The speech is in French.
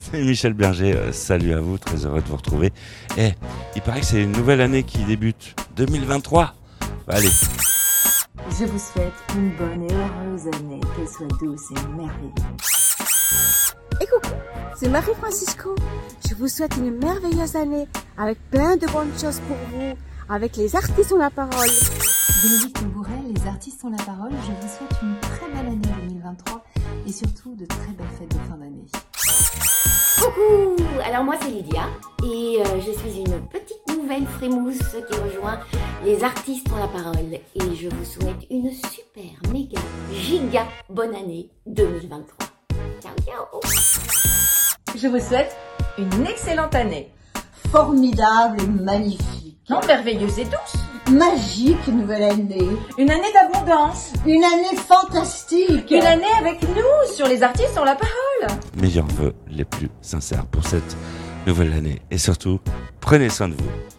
C'est Michel Berger, euh, salut à vous, très heureux de vous retrouver. Et il paraît que c'est une nouvelle année qui débute, 2023. Bah, Allez, Je vous souhaite une bonne et heureuse année, qu'elle soit douce et merveilleuse. Et coucou, c'est Marie-Francisco. Je vous souhaite une merveilleuse année avec plein de bonnes choses pour vous, avec les artistes ont la parole. Bénédicte Bourrel, les artistes ont la parole. Je vous souhaite une très belle année 2023 et surtout de très belles fêtes de fin d'année. Coucou Alors moi c'est Lydia et euh, je suis une petite nouvelle frimousse qui rejoint les artistes pour la parole et je vous souhaite une super, méga, giga bonne année 2023. Ciao ciao Je vous souhaite une excellente année. Formidable et magnifique. Non, merveilleuse et douce. Magique nouvelle année. Une année d'abondance. Une année fantastique. Une année avec nous sur les artistes, on l'a parole. meilleurs vœux les plus sincères pour cette nouvelle année. Et surtout, prenez soin de vous.